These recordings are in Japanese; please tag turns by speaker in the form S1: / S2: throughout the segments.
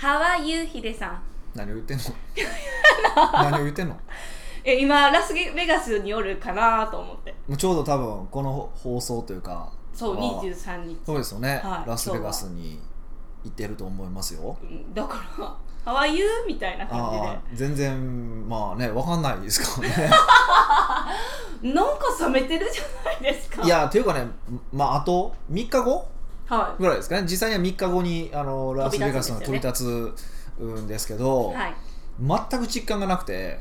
S1: 川優秀さん
S2: 何を言って んの何を言ってんの
S1: え今ラスベガスにおるかなと思って
S2: もうちょうど多分この放送というか
S1: そう
S2: あー
S1: 23日
S2: そうですよね、
S1: はい
S2: ラスベガスに行ってると思いますよ
S1: うんだから 「ハワイユー」みたいな
S2: あ
S1: 感
S2: あ全然まあね分かんないですからね
S1: じでなんか冷めてるじゃないですか
S2: いやっていうかねまああと3日後
S1: は
S2: ぐらいですかね実際には3日後にあのラスベガスが飛
S1: 飛
S2: び
S1: び
S2: 立つんですけど
S1: い、はい、
S2: 全く実感がなくて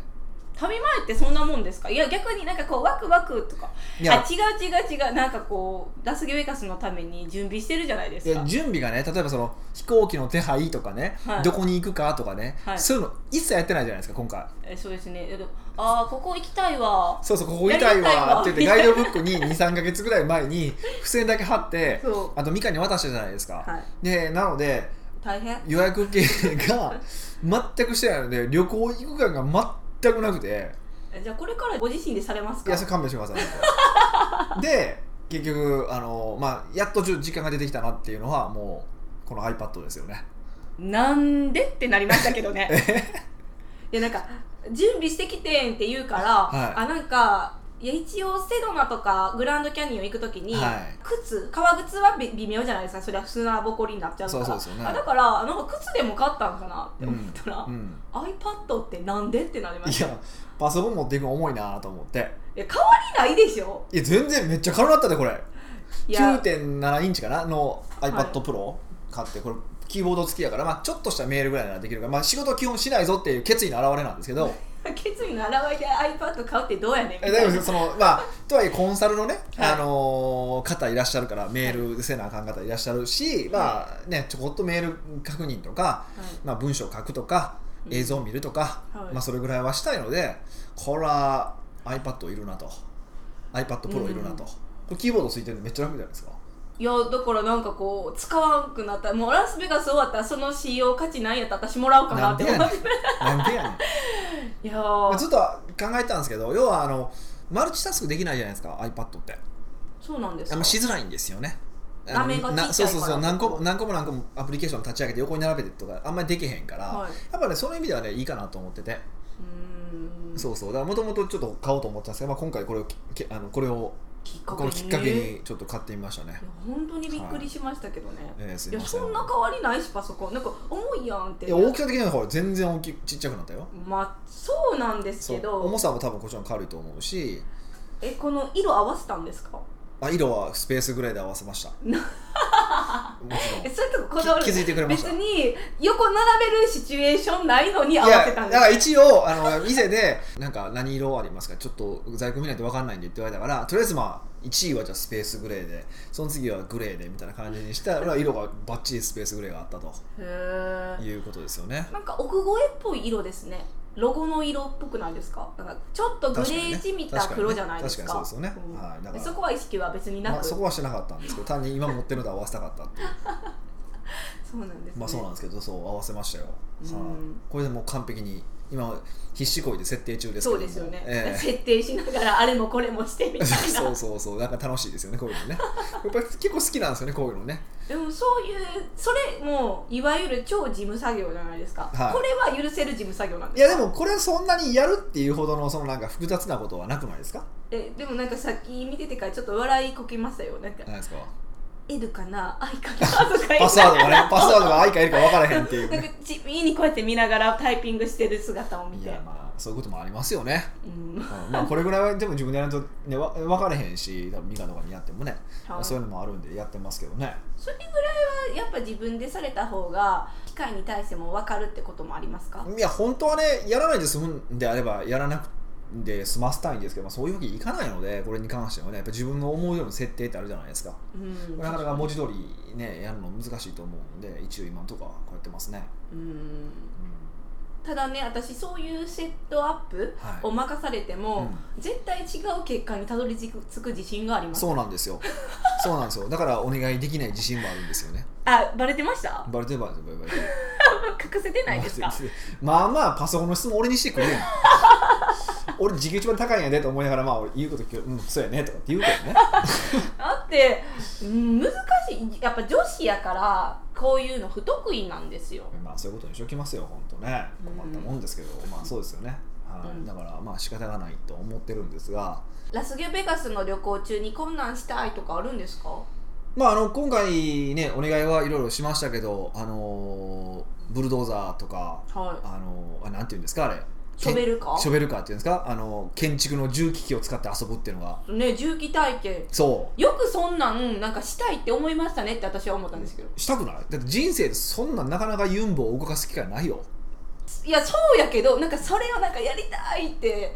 S1: 旅前ってそんなもんですかいや逆になんかこうワクワクとか
S2: い
S1: あ違う違う違うなんかこうラスベガスのために準備してるじゃないで
S2: い
S1: す
S2: や
S1: か
S2: 準備がね例えばその飛行機の手配とかね、
S1: はい
S2: どこに行くかとかね、
S1: はい
S2: そういうの一切やってないじゃないですか今回
S1: えそうですねえっとああここ行きたいわ
S2: そうそうここ行きたいわって言って
S1: や
S2: ガ
S1: りた
S2: イ
S1: い
S2: ド
S1: わ
S2: ブックに23か月ぐらい前に付箋だけ貼って
S1: そう
S2: あとミカに渡したじゃないですか、
S1: はい
S2: でなので
S1: 大変
S2: 予約系が全くしてないので旅行行く感が全くなくて
S1: えじゃあこれからご自身でされます
S2: い
S1: か
S2: やそれ勘弁してくださいってで結局あの、まあ、やっとちょっと時間が出てきたなっていうのはもうこの iPad ですよね
S1: なんでってなりましたけどね いやなんか準備してきてんって言うから、
S2: はい
S1: あなんかいや一応セドナとかグランドキャニオン行く時に、
S2: はい
S1: 靴革靴はび微妙じゃないですかそれは砂ぼこりになっちゃうから
S2: そうそうですよね
S1: あだからなんか靴でも買ったんかなって思ったら、
S2: うん
S1: iPad ってなんでってなりま
S2: い
S1: したい
S2: やパソコン持っていくの重いなと思って
S1: や変わりないでしょ
S2: いや全然めっちゃ軽かったでこれ
S1: いや
S2: 9.7インチかなの
S1: はい
S2: iPad Pro 買ってこれキーボード付きやから、まあ、ちょっとしたメールぐらいならできるから、まあ、仕事基本しないぞっていう決意の表れなんですけど
S1: 決意の表れで iPad 買うってどうやねんみた
S2: え
S1: い
S2: で
S1: な
S2: もそのまあとはいえコンサルのね、
S1: はい
S2: あのー方いらっしゃるからメールせなあかん方いらっしゃるし、まあね、ちょこっとメール確認とか、まあ、文章書くとか
S1: うん
S2: 映像見るとか、
S1: はい
S2: まあ、それぐらいはしたいのでこれは iPad いるなと iPad Pro いるなと、
S1: うん
S2: これキーボードついてるのめっちゃ楽じゃないですか
S1: いやだからなんかこう使わんくなったもうラスベガス終わったらその使用価値ないんやったら私もらおうかなって思
S2: な
S1: っ
S2: ん
S1: て
S2: なんでやねん
S1: いや
S2: まあ
S1: ー
S2: ずっと考えたんですけど要はあのマルチタスクできないじゃないですか iPad って
S1: そうなんです
S2: あん
S1: か
S2: ましづらいんですよねあの
S1: 画面が
S2: な
S1: 小
S2: そ
S1: さいから
S2: うそうそう何個も何個も何個もアプリケーション立ち上げて横に並べてとかあんまりできへんから、
S1: はい
S2: やっぱねその意味ではねいいかなと思ってて、
S1: うーん
S2: そうそうだからもともとちょっと買おうと思ってたんですけど、まあ、今回これをききあのこれを
S1: きっかけ
S2: こ
S1: に
S2: のきっかけ
S1: いや
S2: にちょっと買ってみましたね、
S1: 本当にびっくりしましたけどね、
S2: えーす
S1: い、
S2: い
S1: や
S2: ません
S1: そんな変わりないしパソコンなんか重いやんって
S2: いや大きさ的にはほら全然大きちっちゃくなったよ
S1: まあそうなんです
S2: そ
S1: け
S2: う
S1: ど
S2: 重さも多分こっちの方が軽いと思うし
S1: えこの色合わせたんですか
S2: あ色はスペースぐらいで合わせ ましたもちろん
S1: えそういうとここだわる
S2: き気づいてくれました
S1: 別に横並べるシチュエーションないのに合
S2: い
S1: わ
S2: や
S1: せたん
S2: だ
S1: で
S2: か
S1: す
S2: ら一応あの店でなんか何色ありますかちょっと在庫見ないと分かんないんでって言われたからとりあえずまあ1位はじゃあスペースグレーでその次はグレーでみたいな感じにしたら色がバッチリスペースグレーがあったと
S1: へえ
S2: いうことですよね
S1: なんか奥越えっぽい色ですねロゴの色っぽくないですかなんかちょっとグレーじみた黒じゃないですか
S2: 確かにそうですよね、
S1: うん
S2: はいだ
S1: で
S2: から
S1: そこは意識は別になく、
S2: まあ、そこはしてなかったんですけど単に今持ってるのと合わせたかったっていう
S1: そうなんです、ね
S2: まあそうなんですけどそう合わせましたよ、
S1: うん
S2: はいこれでもう完璧に今必死こいで設定中ですけ
S1: そ
S2: ど
S1: う
S2: も
S1: ですよね、
S2: ええ
S1: 設定しながらあれもこれもしてみたいな
S2: そうそうそうなんか楽しいですよねこういうのねやっぱり結構好きなんですよねこういうのね
S1: でもそういうそれもいわゆる超事務作業じゃないですか、
S2: はい
S1: これは許せる事務作業なん
S2: い
S1: です
S2: や
S1: か
S2: でもこれそんなにやるっていうほどのそのなんか複雑なことはなくないですか
S1: えでもなんかさっき見ててからちょっと笑いこきましたよなんか
S2: ないですか
S1: 「L かな I かな」とか言いながら
S2: パスワードがねパスワードが愛か L か分からへんっていう
S1: なん
S2: ね
S1: か地味にこうやって見ながらタイピングしてる姿を見
S2: い
S1: て
S2: や、まあそういうこともありますよね、
S1: うん
S2: うんまあこれぐらいはでも自分でやると、ね、わ分かれへんし多分ミカとかにやってもね、まあそういうのもあるんでやってますけどね
S1: それぐらいはやっぱ自分でされた方が機械に対しても分かるってこともありますか、
S2: いや本当はねやらないで済むんであればやらなくで済ませたいんですけど、まあ、そういうわけにいかないのでこれに関してはねやっぱ自分の思うような設定ってあるじゃないですか
S1: うん、
S2: なかなか文字通りねやるの難しいと思うんで一応今のとこはこうやってますね、
S1: うん
S2: うん
S1: ただね私そういうセットアップ
S2: はい
S1: を任されても、
S2: うん
S1: 絶対違う結果にたどり着く自信があります
S2: そうなんですよ。そうなんですよ。だからお願いできない自信もあるんですよね。
S1: あバレてました
S2: バレてるバレてるバレてる
S1: 隠せてないですか
S2: まあまあパソコンの質問俺にしてくれん。俺時給一番高いんやでと思いながらまあ俺言うこと聞くうんそうやねとかって言うけどね。
S1: だって、うん難しいやっぱ女子やからこういうの不得意なんですよ。
S2: まあそういうことにしときますよ本当ね困ったもんですけど、まあそうですよね、はい
S1: うん
S2: だからまあ仕方がないと思ってるんですが
S1: ラスゲベガスの旅行中にこんなんしたいとかあるんですか
S2: まああの今回ねお願いはいろいろしましたけどあのーブルドーザーとか
S1: はい。
S2: あのーあなんて言うんですかあれ
S1: ショベルカ
S2: ショベルカーっていうんですかあの建築の重機器を使って遊ぶっていうのが
S1: ね、重機体験。
S2: そ
S1: よくそんなん、なんかしたいって思いましたねって私は思ったんですけど。
S2: うしたくないだって人生でそんななかなかユンボを動かす機 会ないよ
S1: いや、そうやけど、なんかそれをなんかやりたいって、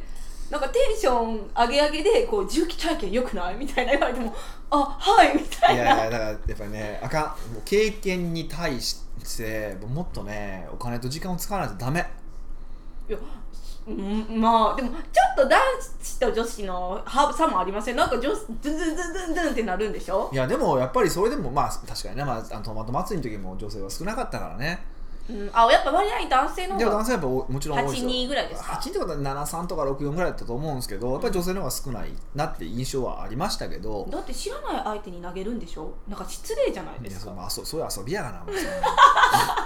S1: なんかテンション上げ上げで、こう、重機体験よくないみたいな言われても、あ、はい、みた
S2: い
S1: いな。
S2: やいやだからやっぱりねあかんもう経験に対してもっとねお金と時間を使わないとダメ
S1: うん、まあ、でも、ちょっと男子と女子のは差もありません。なんか女子、ズンズンズンズンズンってなるんでしょ
S2: いやでもやっぱりそれでもまあ確かにね、まあ、あのトマト祭りの時も女性は少なかったからね
S1: うん、あ、やっぱ割合男性の
S2: でも
S1: 方
S2: 男
S1: が
S2: 性はやっぱおもちろん多いですよ
S1: 8-2ぐらいですか
S2: 8ってことは73とか64ぐらいだったと思うんですけどやっぱり女性の方が少ないなって印象はありましたけど、
S1: だって知らない相手に投げるんでしょなんか失礼じゃない
S2: い
S1: で
S2: や
S1: す
S2: そう
S1: か
S2: まあ、そうそういう遊びやがなもうそんな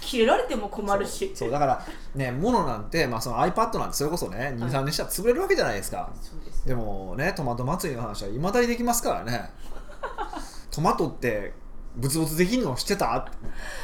S1: 切れられても困るし
S2: そうそうだからね物なんて、まあ、その iPad なんてそれこそね
S1: はい
S2: 23年したら潰れるわけじゃないですか
S1: そうです
S2: でもねトマト祭りの話はいまだにできますか らねトマトってブツブツできんのしてた、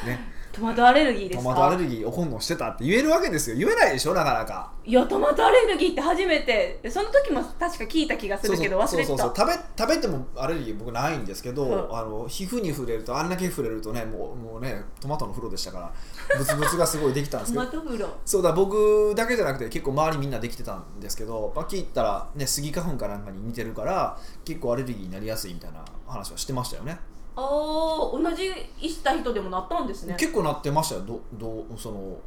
S2: ね、
S1: トマトアレルギーです
S2: ト
S1: か
S2: マトアレルギー起こんのしてたって言えるわけですよ言えないでしょなかなか
S1: いやトマトアレルギーって初めてその時も確か聞いた気がするけど忘れ
S2: そう
S1: て
S2: そ
S1: た
S2: うそう食べ食べてもアレルギー僕ないんですけど、
S1: うん
S2: あの皮膚に触れるとあんだけ触れるとねもうもうねトマトの風呂でしたからブツブツがすごいできたんです
S1: ト
S2: けど
S1: マト風呂
S2: そうだ僕だけじゃなくて結構周りみんなできてたんですけどパキ言ったらねスギ花粉かなんかに似てるから結構アレルギーになりやすいみたいな話はしてましたよね
S1: あー同じした人でもなったんですね
S2: 結構なってましたよどどうその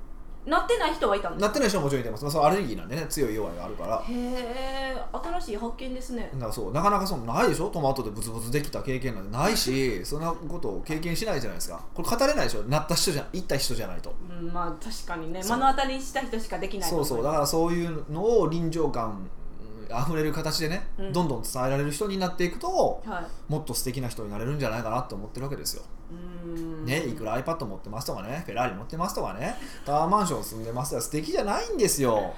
S1: なってない人はいたんです
S2: なってない人ももちろんいてます、まあ、そのアレルギーなんでね強い弱いがあるから
S1: へえ新しい発見ですね
S2: だからそうなかなかそのないでしょトマトでブツブツできた経験なんてないしそんなことを経験しないじゃないですかこれ語れないでしょなった人じゃ行った人じゃないと
S1: うんまあ確かにね
S2: そう
S1: 目の当たりにした人しかできない
S2: そうそうだからそういうのを臨場感あふれる形でね、
S1: うん
S2: どんどん伝えられる人になっていくと
S1: はい
S2: もっと素敵な人になれるんじゃないかなと思ってるわけですよ、
S1: うーん
S2: ね、いくら iPad 持ってますとかねフェラーリ持ってますとかねタワーマンション住んでますとか素敵じゃないんですよ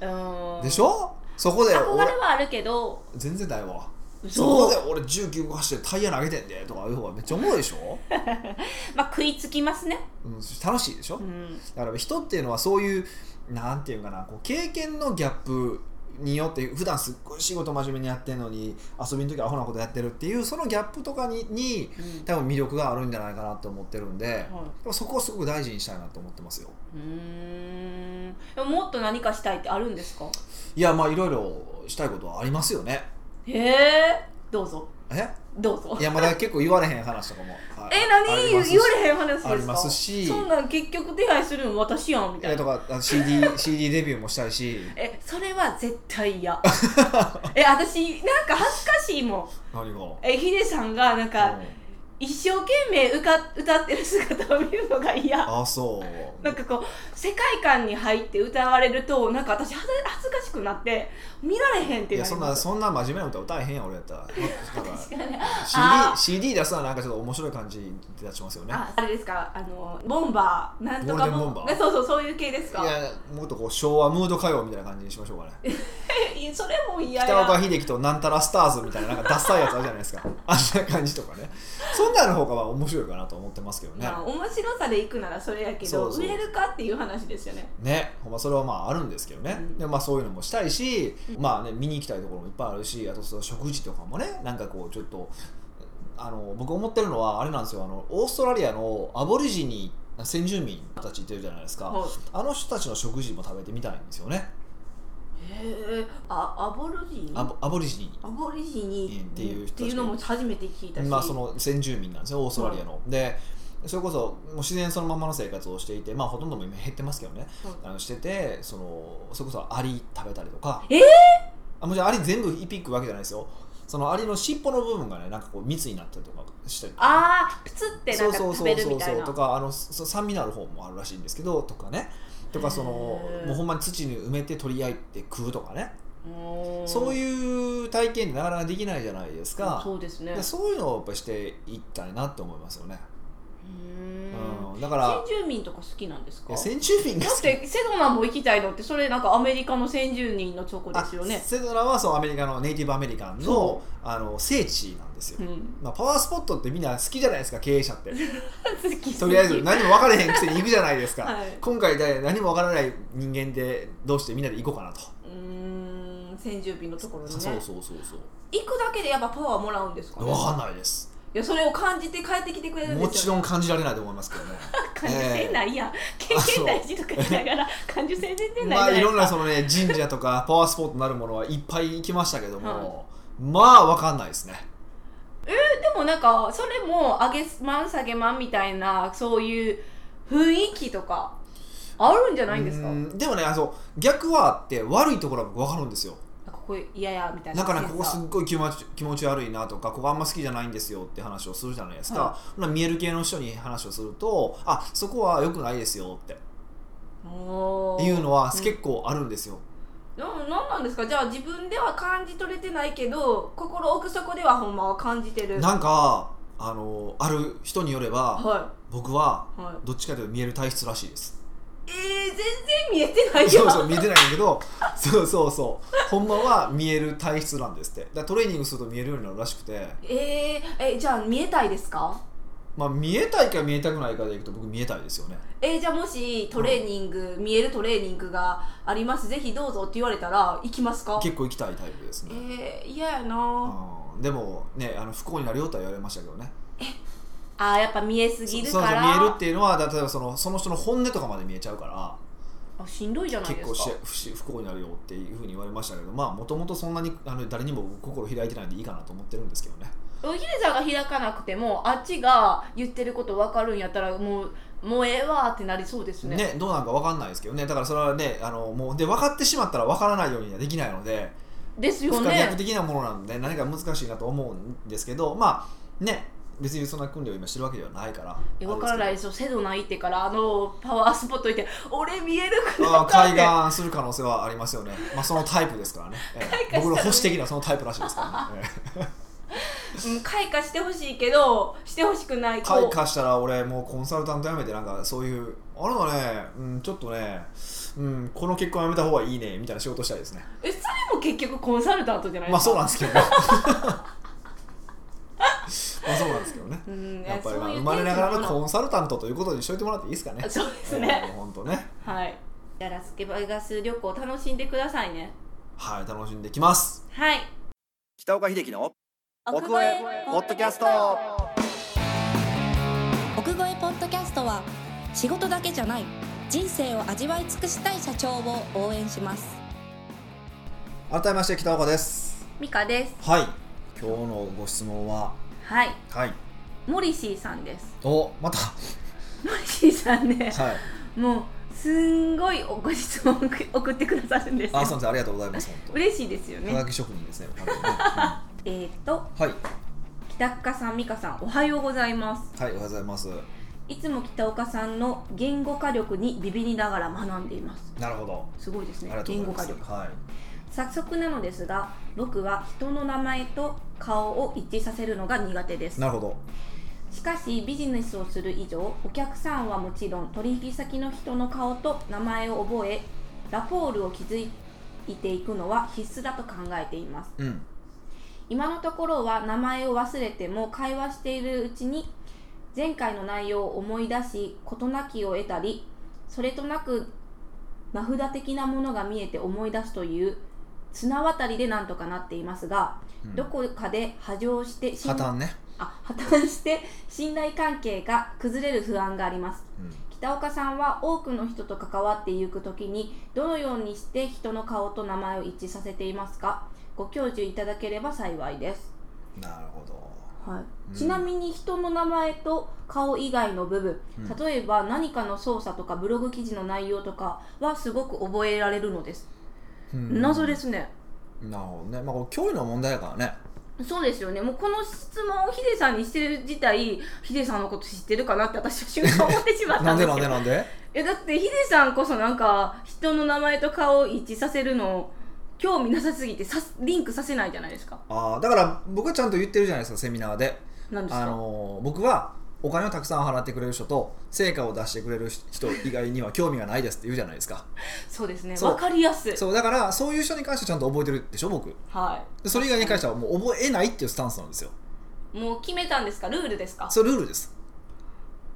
S1: うーん
S2: でしょそこで
S1: 憧れ
S2: 俺
S1: はあるけど
S2: 全然だいわ
S1: 嘘
S2: そこで俺重機動かしてタイヤ投げてんでとかいう方がめっちゃ重いでしょ、
S1: まあ食いつきますね
S2: うん、楽しいでしょ
S1: うん
S2: だから人っていうのはそういうなんていうかなこう経験のギャップによって普段すっごい仕事真面目にやってるのに遊びの時アホなことやってるっていうそのギャップとかにに
S1: うん
S2: 多分魅力があるんじゃないかなと思ってるんで、で
S1: はい
S2: もそこをすごく大事にしたいなと思ってますよ
S1: うーんでももっと何かしたいってあるんですか
S2: いやまあいろいろしたいことはありますよね
S1: へえどうぞ
S2: え
S1: どうぞ
S2: いやまだ結構言われへん話とかもあ
S1: え
S2: あ
S1: 何
S2: り
S1: 言
S2: ま
S1: わ
S2: すし
S1: れへん話ですか
S2: ありますし
S1: そんなん結局手配するの私やんみた
S2: え
S1: い
S2: と
S1: な
S2: かあ CD, CD デビューもしたいし
S1: えそれは絶対 嫌え私なんか恥ずかしいもん
S2: 何が
S1: えヒデさんがなんか一生懸命うか歌ってる姿を見るのが嫌
S2: ああそう
S1: なんかこう世界観に入って歌われるとなんか私はず恥ずかしくなって見られへんって
S2: い
S1: な
S2: や
S1: り
S2: そん
S1: ま
S2: な
S1: す
S2: そんな真面目な歌歌えへんやん俺やったらだから
S1: 確かにあ
S2: CD, CD 出すのはなんかちょっと面白い感じ出しますよね
S1: ああれですかあのボンバーなんとか
S2: ゴールデンボンバー
S1: ねそうそうそういう系です
S2: い
S1: か
S2: やもっとこう昭和ムード歌謡みたいな感じにしましょうかね
S1: えいやそれも嫌
S2: 北岡
S1: や
S2: 秀樹となんたらスターズみたいななんかダッサいやつあるじゃないですか あんな感じとかねそんなの方がまあ面白いかなと思ってますけどね
S1: まあ、面白さで行くならそれやけど
S2: そうそう
S1: 売れるかっていう話ですよね
S2: ねほんまそれはまああるんですけどね、
S1: うん
S2: でまあそういうのもしたいし、まあね見に行きたいところもいっぱいあるしあとその食事とかもねなんかこうちょっとあの僕思ってるのはあれなんですよあのオーストラリアのアボリジニ先住民たちいてるじゃないですか、
S1: はい
S2: あの人たちの食事も食べてみたいんですよね、
S1: へえあアボルジ
S2: ア
S1: ニ
S2: ボアボリジニ
S1: アボリジニ
S2: っていう人たち
S1: っていうのも初めて聞いたし、
S2: まあ、その先住民なんですよオーストラリアの、でそれこそもう自然そのままの生活をしていて、まあ、ほとんども今減ってますけどね
S1: う
S2: あのしててそのそれこそアリ食べたりとか
S1: えー
S2: あもちろんアリ全部一匹食うわけじゃないですよそのアリの尻尾の部分がねなんかこう密になったりとかしてる
S1: ああプツってなんか
S2: そう
S1: 食
S2: そう
S1: べ
S2: そう
S1: る
S2: そ
S1: み
S2: う
S1: たい
S2: そう
S1: な
S2: とかあのそ酸味のある方もあるらしいんですけどとかねとかその
S1: へー
S2: もうほんまに土に埋めて取り合って食うとかねそう
S1: う
S2: いう体験ってなかなかできないじゃないですか
S1: そうですね
S2: でそういうのをやっぱしていったいなって思いますよね。
S1: ううん
S2: うん、だから
S1: 先住民とか好きなんです
S2: い
S1: か
S2: や
S1: だ
S2: 先住民が好
S1: っ
S2: き
S1: てセドナも行きたいのってそれなんかアメリカの先住民のチョコですよ
S2: あ
S1: ね
S2: セドナはそうアメリカのネイティブアメリカンの
S1: そ
S2: あの聖地なんですよ、
S1: うん
S2: まあ、パワースポットってみんな好きじゃないですか経営者って
S1: 好き
S2: とりあえず何も分かれへんくせに行くじゃないですか、
S1: はい
S2: 今回で何も分からない人間でどうしてみんなで行こうかなと、
S1: うーん先住民のところにね
S2: そうそうそうそう
S1: 行くだけでやっぱパワーもらうんですかね
S2: 分かんないです
S1: いやそれを感じて帰ってきてくれるんですよ、ね、
S2: もちろん感じられないと思いますけどね
S1: 感受性ないやん、経験大事とかしながら感受性全然ない
S2: まあ
S1: じ
S2: い
S1: ゃ
S2: ろん
S1: ない
S2: なそのね神社とかパワースポットなるものはいっぱい行きましたけども、まあ分かんないですね
S1: でもなんかそれも上げまん下げまんみたいなそういう雰囲気とかあるんじゃないんですか
S2: う
S1: なんか
S2: んでもねあそう逆はあって悪いところは僕分かるんですよ
S1: ここ嫌やみたいな
S2: だからここす
S1: セン
S2: っごい気持ち気持ち悪いなとかここあんま好きじゃないんですよって話をするじゃないですか、
S1: は
S2: ほな見える系の人に話をするとあそこは良くないですよって
S1: サーおー
S2: いうのは
S1: うん
S2: 結構あるんですよ、
S1: ななんなんですかじゃあ自分では感じ取れてないけど心奥底ではほんまは感じてる
S2: なんかあのある人によれば
S1: は
S2: 僕はい
S1: はい
S2: どっちかというと見える体質らしいです
S1: えー、全然見え てないやん
S2: そうそう見えてないんだけどそうそうそうほんまは見える体質なんですってだからトレーニングすると見えるようになるらしくて
S1: えー、えじゃあ見えたいですか
S2: まあ見えたいか見えたくないかでいくと僕見えたいですよね
S1: えーじゃあもしトレーニング、見えるトレーニングがありますぜひどうぞって言われたら行きますか
S2: 結構行きたいタイプですね、
S1: えー、嫌やな
S2: うんでもねあの不幸になるよとは言われましたけどね
S1: あーやっぱ見えすぎる
S2: そ
S1: か
S2: うそう
S1: ら
S2: 見えるっていうのはだ例えばそのその人の本音とかまで見えちゃうから
S1: あしんどいじゃないで
S2: 結
S1: すか
S2: 構し不し不幸になるよっていうふうに言われましたけどまあもともとそんなにあの誰にも心開いてないんでいいかなと思ってるんですけどね
S1: おひでさんが開かなくてもあっちが言ってること分かるんやったらもうもうええわってなりそうですね
S2: ねどうなんか分かんないですけどねだからそれはねあのもうで分かってしまったら分からないようにはできないので
S1: です
S2: 不
S1: よ
S2: 可逆
S1: ね
S2: 的なものなんで何か難しいなと思うんですけどまあね別にそんな訓練を今してるわけではないから
S1: いや分からない
S2: あれ
S1: で
S2: です
S1: よセドナ行ってからあのパワースポット行って俺見える
S2: す
S1: く
S2: けど
S1: な
S2: あ
S1: ったって
S2: ー開眼する可能性はありますよね、まあ、そのタイプで すからね、ええ
S1: 開眼したら
S2: 僕の保守的なそのタイプらしいですからね、ええ
S1: うん、開花してほしいけどしてほしくないこう
S2: 開花したら俺もうコンサルタント辞めてなんかそういうあれだね、うん、ちょっとね、うん、この結婚やめた方がいいねみたいな仕事したいですね
S1: えそれも結局コンサルタントじゃない
S2: ま
S1: で
S2: あ
S1: すか
S2: そうなんですけどね まあそうなんですけどね
S1: うん
S2: やっぱりまあ
S1: そうい
S2: 生
S1: う
S2: まれながら
S1: ケー
S2: の
S1: スも
S2: コンサルタントということにしといてもらっていいですかね
S1: あそうですね。
S2: 本当ね
S1: はい。じゃあラスケバガス旅行楽しんでくださいね。
S2: はい楽しんできます
S1: はい。
S2: 北岡秀樹の奥越えポッドキャスト
S3: 奥越えポッドキャストは仕事だけじゃない人生を味わい尽くしたい社長を応援します
S2: 改めまして北岡です
S1: ミカです。
S2: はい今日のご質問は
S1: はい。
S2: はい
S1: モリシーさんです。
S2: おまた
S1: モリシーさん ね、
S2: はい
S1: もうすんごいご質問を送ってくださるんです
S2: あそ
S1: よ。
S2: うなんですありがとうございます本
S1: 嬉しいですよ
S2: 当は
S1: ね
S2: が。き職人ですね完全にねうん
S1: えーっと
S2: はい、
S1: 北岡さん、ミカさん、おはようございます。
S2: はい、おはようございます。
S1: いつも北岡さんの言語化力にビビりながら学んでいます。
S2: なるほど。
S1: すごいです
S2: あり
S1: ね
S2: が。とう
S1: 言
S2: ご
S1: 語
S2: ざ
S1: 化
S2: い
S1: 力
S2: ます。。はい。
S1: 早速なのですが僕は人の名前と顔を一致させるのが苦手です
S2: なるほど。
S1: しかしビジネスをする以上お客さんはもちろん取引先の人の顔と名前を覚えラポールを築いていくのは必須だと考えています
S2: うん。
S1: 今のところは名前を忘れても会話しているうちに前回の内容を思い出し事なきを得たりそれとなく名札的なものが見えて思い出すという綱渡りでなんとかなっていますが、
S2: うん
S1: どこかで破綻して
S2: 破綻ね。
S1: あ破綻して信頼関係が崩れる不安があります
S2: うん。
S1: 北岡さんは多くの人と関わっていくときにどのようにして人の顔と名前を一致させていますかご教授いただければ幸いです、
S2: なるほど。
S1: はい
S2: うん
S1: ちなみに人の名前と顔以外の部分
S2: うん
S1: 例えば何かの操作とかブログ記事の内容とかはすごく覚えられるのです、
S2: うん
S1: 謎で。すね
S2: なるほどね。まあ、これ脅威の問題だからね。
S1: そうですよねもうこの質問をヒデさんにしてる自体ヒデさんのこと知ってるかなって私は瞬間思ってしまった
S2: なんん
S1: で
S2: ですなん
S1: け
S2: で
S1: ど
S2: な んで。
S1: えだってヒデさんこそなんか人の名前と顔を一致させるの興味なさすぎてさリンクさせないじゃないですか
S2: ああ、だから、僕はちゃんと言ってるじゃないですか、セミナーで。
S1: なんです
S2: あ
S1: か
S2: のー僕はお金をたくさん払ってくれる人と成果を出してくれる人以外には興味がないですって言うじゃないですか
S1: そうですね
S2: そう
S1: わかりやすい
S2: そうだからそういう人に関してはちゃんと覚えてるでしょ僕
S1: は
S2: でそれ以外に関してはもう覚えないっていうスタンスなんですよ
S1: いもう決めたんですかルールですか
S2: それルールです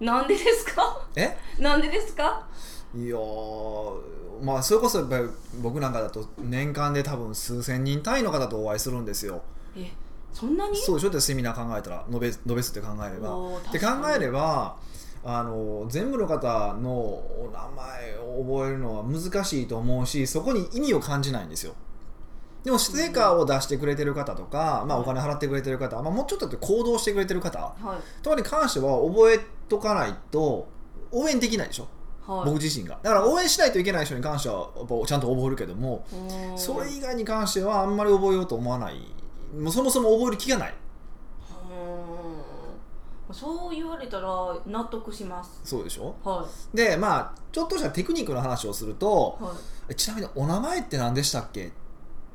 S1: なんでですか
S2: え
S1: なんでですか
S2: いやーまあそれこそやっぱり僕なんかだと年間で多分数千人単位の方とお会いするんですよ
S1: えそんなに
S2: そうでしょってセミナー考えたら延べ延べ数って考えれば
S1: おー
S2: って
S1: 確
S2: 考
S1: かに
S2: えればあの全部の方のお名前を覚えるのは難しいと思うしそこに意味を感じないんですよでも成果を出してくれてる方とか、まあ、お金払ってくれてる方、まあ、もうちょっとだって行動してくれてる方
S1: はい
S2: とかに関しては覚えとかないと応援できないでしょ
S1: はい
S2: 僕自身がだから応援しないといけない人に関してはやっぱちゃんと覚えるけども
S1: うーん
S2: それ以外に関してはあんまり覚えようと思わないもうそもそも覚える気がない
S1: ー
S2: う
S1: んそう言われたら納得します
S2: そうでしょ
S1: は
S2: でまあちょっとしたテクニックの話をすると
S1: いは
S2: ちなみにお名前って何でしたっけ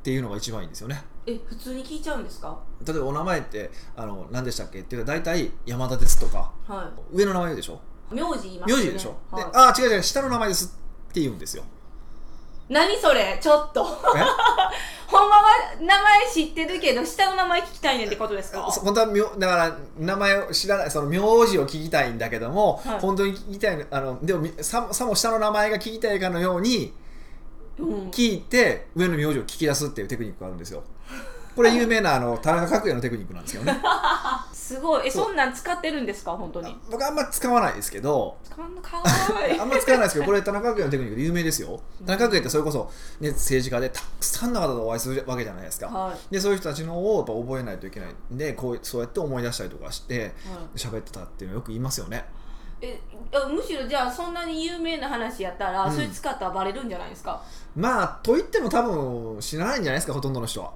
S2: っていうのが一番いいんですよね
S1: いえ普通に聞いちゃうんですか
S2: 例えばお名前ってあの何でしたっけっていうと大体山田ですとか
S1: は
S2: 上の名前言うでしょ
S1: い名字言います
S2: 名
S1: よね
S2: 字言うでしょ、
S1: はい
S2: でああ違う違う下の名前ですって言うんですよ
S1: 何それちょっと
S2: え
S1: ほんまは名前知ってるけど下の名前聞きたいねんってことですか
S2: そ本当は名だから名前を知らないその名字を聞きたいんだけども、
S1: はい
S2: 本当に聞きたいあのでもみさもさも下の名前が聞きたいかのように
S1: うん
S2: 聞いて上の名字を聞き出すっていうテクニックがあるんですよこれ有名なあの田中角栄のテクニックなんです けどね
S1: すごいえ
S2: そう
S1: そんなん使ってるんですか本当に
S2: 僕あんま使わないですけど
S1: 使わんのかわいい
S2: あんま使わないですけどこれ田中角栄のテクニックで有名ですよ田中角栄ってそれこそ、ね、政治家でたくさんの方とお会いするわけじゃないですか、
S1: は
S2: でそういう人たちのをやっぱ覚えないといけないんでこうそうやって思い出したりとかして
S1: い、はい
S2: 喋ってたっていうのよく言いますよね
S1: えあむしろじゃあそんなに有名な話やったら、
S2: うん
S1: それ使ったらバレるんじゃないですか
S2: まあと言っても多分知らないんじゃないですかほとんどの人は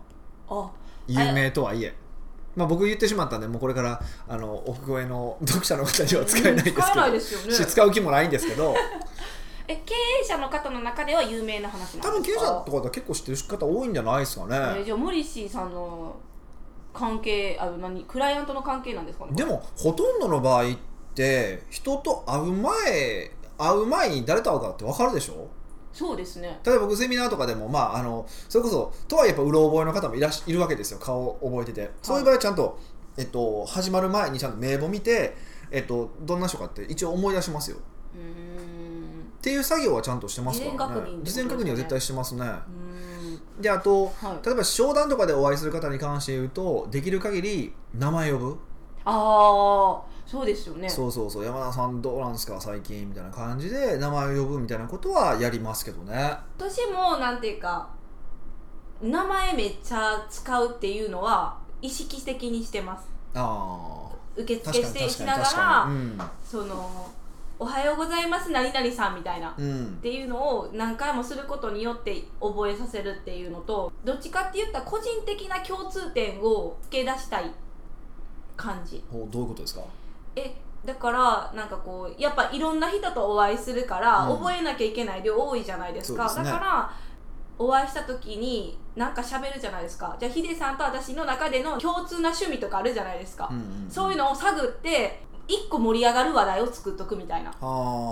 S1: あ
S2: 有名とはいえまあ僕言ってしまったんでもうこれからあの奥越えの読者の方には使えないですけど、
S1: 使えないですよね
S2: し使う気もないんですけど
S1: え経営者の方の中では有名な話
S2: 多
S1: なん
S2: 分経
S1: で
S2: 営
S1: す
S2: 者
S1: か
S2: とかだと結構知ってる方多いんじゃないですか
S1: え
S2: ね
S1: じゃあモリシーさんの関係あ何クライアントの関係なんですかね
S2: でもほとんどの場合って人と会う前会う前に誰と会うかって分かるでしょ
S1: そうですね
S2: 例えば僕セミナーとかでも、まあ、あのそれこそとはいえやっぱうろ覚えの方もいらっしいるわけですよ顔を覚えててそういう場合はちゃんと、えっと、始まる前にちゃんと名簿見て、えっと、どんな人かって一応思い出しますよっ
S1: うーん
S2: ていう作業はちゃんとしてますからね
S1: 事前確認ってことです
S2: 事
S1: ね
S2: 前確認は絶対してますね
S1: うーん
S2: であと
S1: はい
S2: 例えば商談とかでお会いする方に関して言うとできる限り名前呼ぶ、
S1: ああそうですよね
S2: そうそうそう山田さんどうなんですか最近みたいな感じで名前を呼ぶみたいなことはやりますけどね
S1: 私もなんていうか名前めっちゃ使うっていうのは意識的にしてます
S2: ああ
S1: 受付
S2: 確か
S1: し
S2: に
S1: て
S2: 確
S1: し
S2: かに
S1: なが、
S2: 確からに
S1: その「おはようございます何々さん」みたいな、
S2: うん、うん
S1: っていうのを何回もすることによって覚えさせるっていうのとどっちかって言ったら個人的な共通点を付け出したい感じ
S2: おどういうことですか
S1: えだからなんかこうやっぱいろんな人とお会いするから、
S2: うん
S1: 覚えなきゃいけない量多いじゃないですか
S2: そうです
S1: だ
S2: ね
S1: からお会いした時になんか喋るじゃないですかじゃあヒデさんと私の中での共通な趣味とかあるじゃないですか、
S2: ん
S1: そういうのを探って一個盛り上がる話題を作っとくみたいな
S2: あ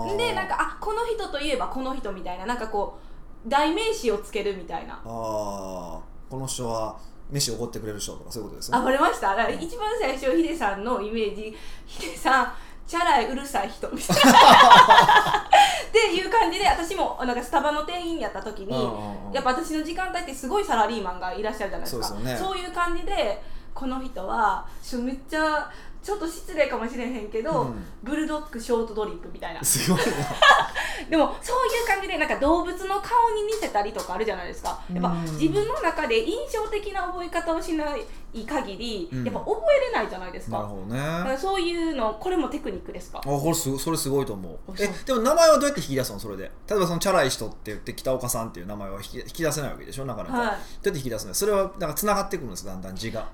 S2: ー
S1: でなんかあこの人といえばこの人みたいななんかこう代名詞をつけるみたいな
S2: あーこの人は飯おごってくれる人とかそういうことですね
S1: あバレましただから一番最初ヒデさんのイメージヒデさんチャラいうるさい人みたい なっていう感じで私もなんかスタバの店員やった時に、
S2: うん
S1: やっぱ私の時間帯ってすごいサラリーマンがいらっしゃるじゃないですか
S2: そうですよね
S1: いう感じでこの人はしょめっちゃちょっと失礼かもしれへんけど、
S2: うん
S1: ブルドッグショートドリップみたいな
S2: すごいな
S1: でもそういう感じでなんか動物の顔に似せたりとかあるじゃないですかやっぱ
S2: うん
S1: 自分の中で印象的な覚え方をしない限り、
S2: うん
S1: やっぱ覚えれないじゃないです
S2: なる
S1: か
S2: ほど
S1: だか
S2: ね
S1: らそういうのこれもテクニックですか
S2: あこれすごそれすごいと思う
S1: あそう
S2: えでも名前はどうやって引き出すのそれで例えばそのチャラい人って言って北岡さんっていう名前は引き引き出せないわけでしょなかなか、
S1: はい
S2: どうやって引き出すのそれはなんか繋がってくるんですだんだん字が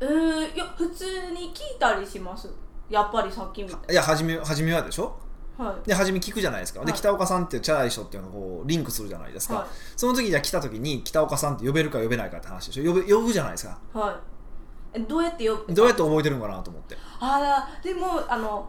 S1: うーんいや普通に聞いたりしますやっぱりさっきみたい
S2: いや初め初めはでしょ
S1: はい
S2: で初め聞くじゃないですか、で
S1: はい
S2: 北岡さんっていうチャラい人っていうのがこうリンクするじゃないですか、
S1: はい
S2: その時じゃあ来た時に北岡さんって呼べるか呼べないかって話でしょ呼ぶ呼ぶじゃないですか
S1: はいえどうやってよ
S2: どうやって覚えてるのかなと思って
S1: ああでもあの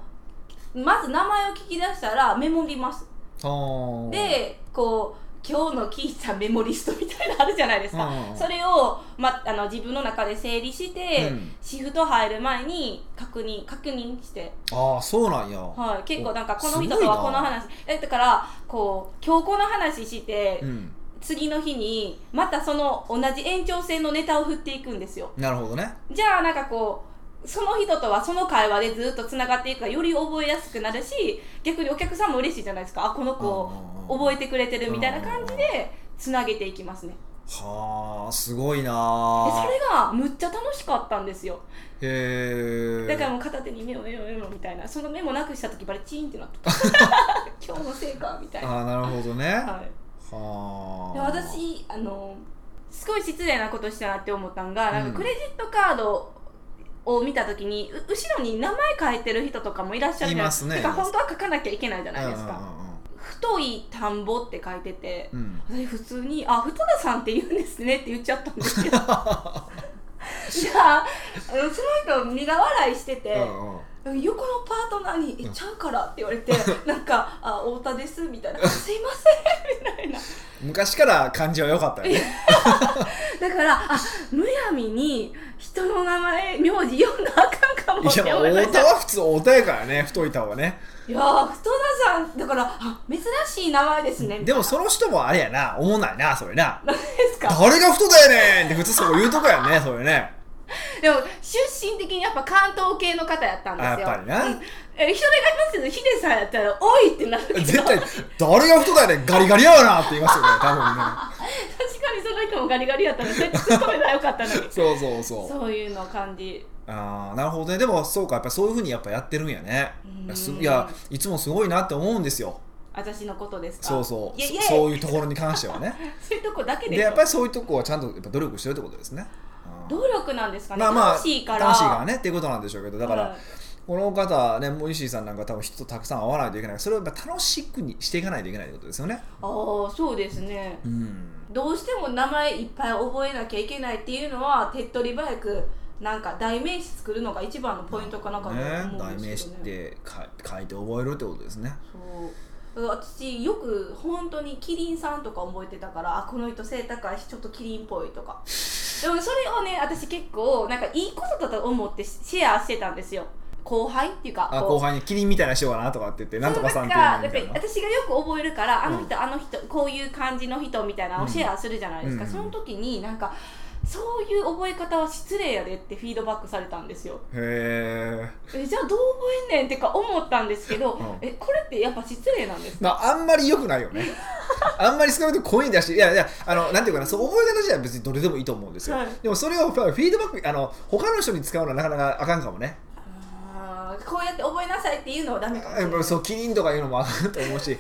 S1: まず名前を聞き出したらメモります
S2: はあ、
S1: でこう今日の聞いたメモリストみたいなのあるじゃないですか、
S2: うん
S1: それを、ま、あの自分の中で整理して、
S2: うん
S1: シフト入る前に確認確認して、
S2: ああそうなんや、
S1: はい、結構なんか
S2: お
S1: この人
S2: す
S1: と
S2: ごい
S1: は
S2: な
S1: この話えだからこう今日この話して、
S2: うん、
S1: 次の日にまたその同じ延長線のネタを振っていくんですよ
S2: なるほどね
S1: じゃあなんかこうその人とはその会話でずっとつながっていくからより覚えやすくなるし逆にお客さんも嬉しいじゃないですかあこの子覚え
S2: て
S1: てくれてるみたいな感じでつなげていきますね
S2: はあすごいな
S1: で
S2: あ
S1: それがむっちゃ楽しかったんですよ
S2: へえ
S1: だからもう片手にメモメモメモみたいなそのメモなくした時バリチーンってなった 今日の成果みたいな、
S2: ああなるほどねは
S1: はい、
S2: あ
S1: で私あのすごい失礼なことしたなって思ったんがなん
S2: うん
S1: かクレジットカードを見た時に、う後ろに名前書いてる人とかもいらっしゃるじゃない
S2: いますね
S1: だから本当は書かなきゃいけないじゃないですか「
S2: う
S1: 太い田んぼ」って書いてて
S2: んうんうんう
S1: 私
S2: ん
S1: 普通に「あ太田さんって言うんですね」って言っちゃったんです けどじゃああのその人苦笑いしてて、
S2: うんうん
S1: 横のパートナーに「え
S2: うん
S1: ちゃうから」って言われて「 なんかあ太田です」みたいな「すいません」みたいな
S2: 昔から漢字は良かったよね
S1: だからあむやみに人の名前名字読んだらあかんかも
S2: いや
S1: って思いま
S2: 太
S1: した
S2: 田
S1: いや
S2: は普通太田やからね太い田はね
S1: ー太田さんだからあ珍しい名前ですね
S2: でもその人もあれやなおもんないなそれな
S1: 何ですか
S2: 誰が太田やねんって普通そこ言うとこやねそ れね
S1: でも出身的にやっぱ関東系の方やったんですよ
S2: あやっぱりな
S1: うんえ人でがいますけどヒデさんやったら「おい!」ってなるけど
S2: 絶対誰が太田やねんガリガリやわなって言いますよね多分ね
S1: 確かにその人もガリガリやったので絶対突っ込めばよかったのに
S2: そうそうそう
S1: そういうのを感じ
S2: ああなるほどねでもそうかやっぱそういうふうにやっぱやってるんやね
S1: うん
S2: いやすいやいつもすごいなって思うんですよ
S1: 私のことですか
S2: そうそ
S1: い
S2: う
S1: やい
S2: そ
S1: や
S2: そういうところに関してはね
S1: そう いうとこだけで
S2: で
S1: しょ
S2: やっぱりそういうとこはちゃんとやっぱ努力してるってことですねうん
S1: 努力なんですかね、
S2: まあまあ
S1: 楽しいから
S2: 楽しいからねっていうことなんでしょうけどだから、
S1: はい
S2: この方ねもう石井さんなんか多分人とたくさん会わないといけないそれをやっぱ楽しくにしていかないといけないってことですよね
S1: ああそうですね
S2: うん
S1: どうしても名前いっぱい覚えなきゃいけないっていうのは手っ取り早くなんか代名詞作るのが一番のポイントかなかな
S2: ね
S1: と思う
S2: 代
S1: んで
S2: 名
S1: す
S2: 詞っ
S1: けどね
S2: てか書いて覚えるってことですね
S1: そう私よく本当にキリンさんとか覚えてたからあこの人背高いしちょっとキリンっぽいとかでもそれをね私結構なんかいいことだと思ってシェアしてたんですよ後輩っていうか
S2: あ
S1: こう
S2: 後輩に「キリンみたいな人かな」とかって言って「なんとかさん」っていう
S1: な
S2: の
S1: んか
S2: みたいな
S1: だって私がよく覚えるからあの人、
S2: う
S1: あの人こういう感じの人みたいなのをシェアするじゃないですか、
S2: うん
S1: その時になんかそういう覚え方は失礼やでってフィードバックされたんですよ
S2: へえ
S1: えじゃあどう覚えんねんってか思ったんですけど、
S2: ん
S1: えこれってやっぱ失礼なんですか
S2: まあ、あんまり良くないよ ね。あんまり少なくとも声に出して、いやいや、あの、なんていうかな、そう覚え方自体は別にどれでもいいと思うんですよ。
S1: はい
S2: でもそれをフィードバック、あの、他の人に使うのはなかなかあかんかもね。
S1: あーこうやって覚えなさいっていうのはダメかもし
S2: や
S1: れ
S2: っ
S1: な
S2: ぱ
S1: い
S2: りそう、キリンとかいうのもあかんと思 うし。で、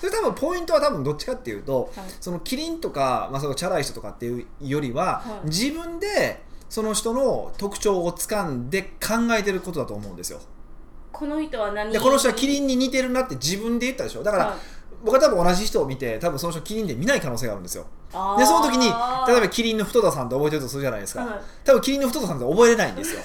S2: それ多分ポイントは多分どっちかっていうと、
S1: はい
S2: そのキリンとか、まあ、そのチャラい人とかっていうよりは、
S1: はい
S2: 自分で、その人の特徴をつかんで考えてることだと思うんですよ。
S1: この人は何
S2: で、この人はキリンに似てるなって自分で言ったでしょ。だから、
S1: はい
S2: 僕は多分同じ人を見て、多分その人キリンで見ない可能性があるんですよ。
S1: あー
S2: でその時に例えばキリンの太田さんって覚えてるとするじゃないですか、
S1: はい
S2: 多分キリンの太田さんって覚えれないん ですよ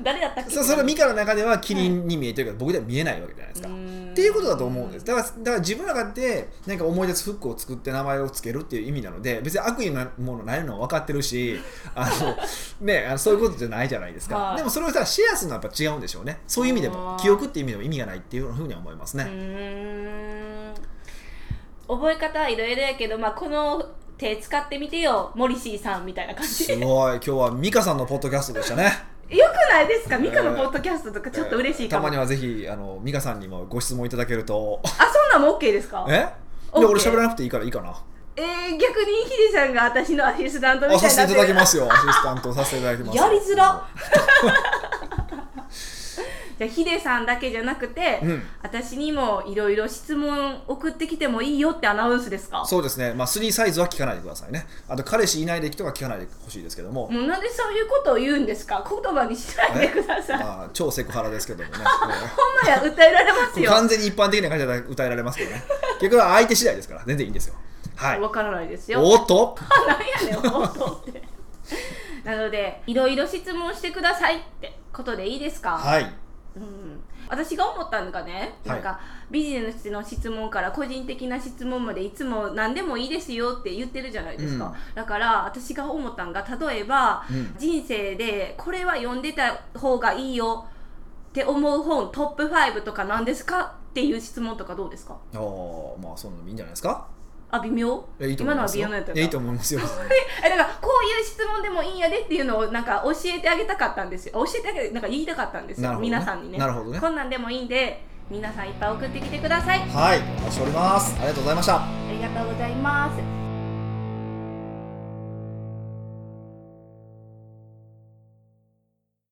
S1: 誰だったっけ
S2: そそれはミカの中ではキリンに見えてるけど、僕では見えないわけじゃないですか、っていうことだと思うんですだからだから自分の中で何か思い出すフックを作って名前をつけるっていう意味なので別に悪意なものないのは分かってるしあ の、ね、あのそういうことじゃないじゃないですか、
S1: はい
S2: でもそれをさシェアするのはやっぱ違うんでしょうねそういう意味でも
S1: あー
S2: 記憶っていう意味でも意味がないっていうふうには思いますね、
S1: うーん覚え方はいろいろやけど、まあ、この手使ってみてよモリシーさんみたいな感じ
S2: す
S1: よ
S2: ごい今日は美香さんのポッドキャストでしたね
S1: くないですか
S2: えー
S1: ミカのポッドキャストとか ちょっと嬉しいか
S2: たま
S1: も、
S2: にはぜひあの美香さんにもご質問いただけると
S1: あそんなんも OK ですか
S2: え
S1: オッケ
S2: で
S1: ー
S2: 俺喋らなくていいからいいかな
S1: えー逆にヒデさんが私のアシスタントみ
S2: あ
S1: た
S2: さ
S1: いになって
S2: せ
S1: て
S2: いただきますよアシスタントさせていただきます
S1: やりづらじゃあヒデさんだけじゃなくて、
S2: うん
S1: 私にもいろいろ質問送ってきてもいいよってアナウンスですか
S2: そうですねまあ3サイズは聞かないでくださいねあと彼氏いない歴とか聞かないでほしいですけども、
S1: もうなんでそういうことを言うんですか言葉にしないでくださいほん
S2: まあ、超セクハラですけど もね
S1: まや歌えられます
S2: うん
S1: よ
S2: 完全に一般的な感じで歌えられますけどね結局は相手次第ですから全然いいんですよはい
S1: わからないですよ
S2: おっと
S1: なんやねん放送ってなのでいろいろ質問してくださいってことでいいですか、
S2: はい
S1: うん、私が思ったのがね、な
S2: はい
S1: んかビジネスの質問から個人的な質問までいつも何でもいいですよって言ってるじゃないですか、
S2: うん
S1: だから私が思ったのが例えば
S2: うん
S1: 人生でこれは読んでた方がいいよって思う本トップ5とか何ですかっていう質問とかどうですか
S2: ああまあそんなのいいんじゃないですか
S1: あ微妙
S2: えいいと思いますよ
S1: 今のは微妙なやつだ
S2: えいいと思 いますよ
S1: えだからこういう質問でもいいんやでっていうのをなんか教えてあげたかったんですよ教えてあげなんか言いたかったんですよ、
S2: なるほどね
S1: 皆さんにね
S2: なるほどね
S1: こんなんでもいいんで皆さんいっぱい送ってきてください
S2: はいお待ちしておりますありがとうございました
S1: ありがとうございます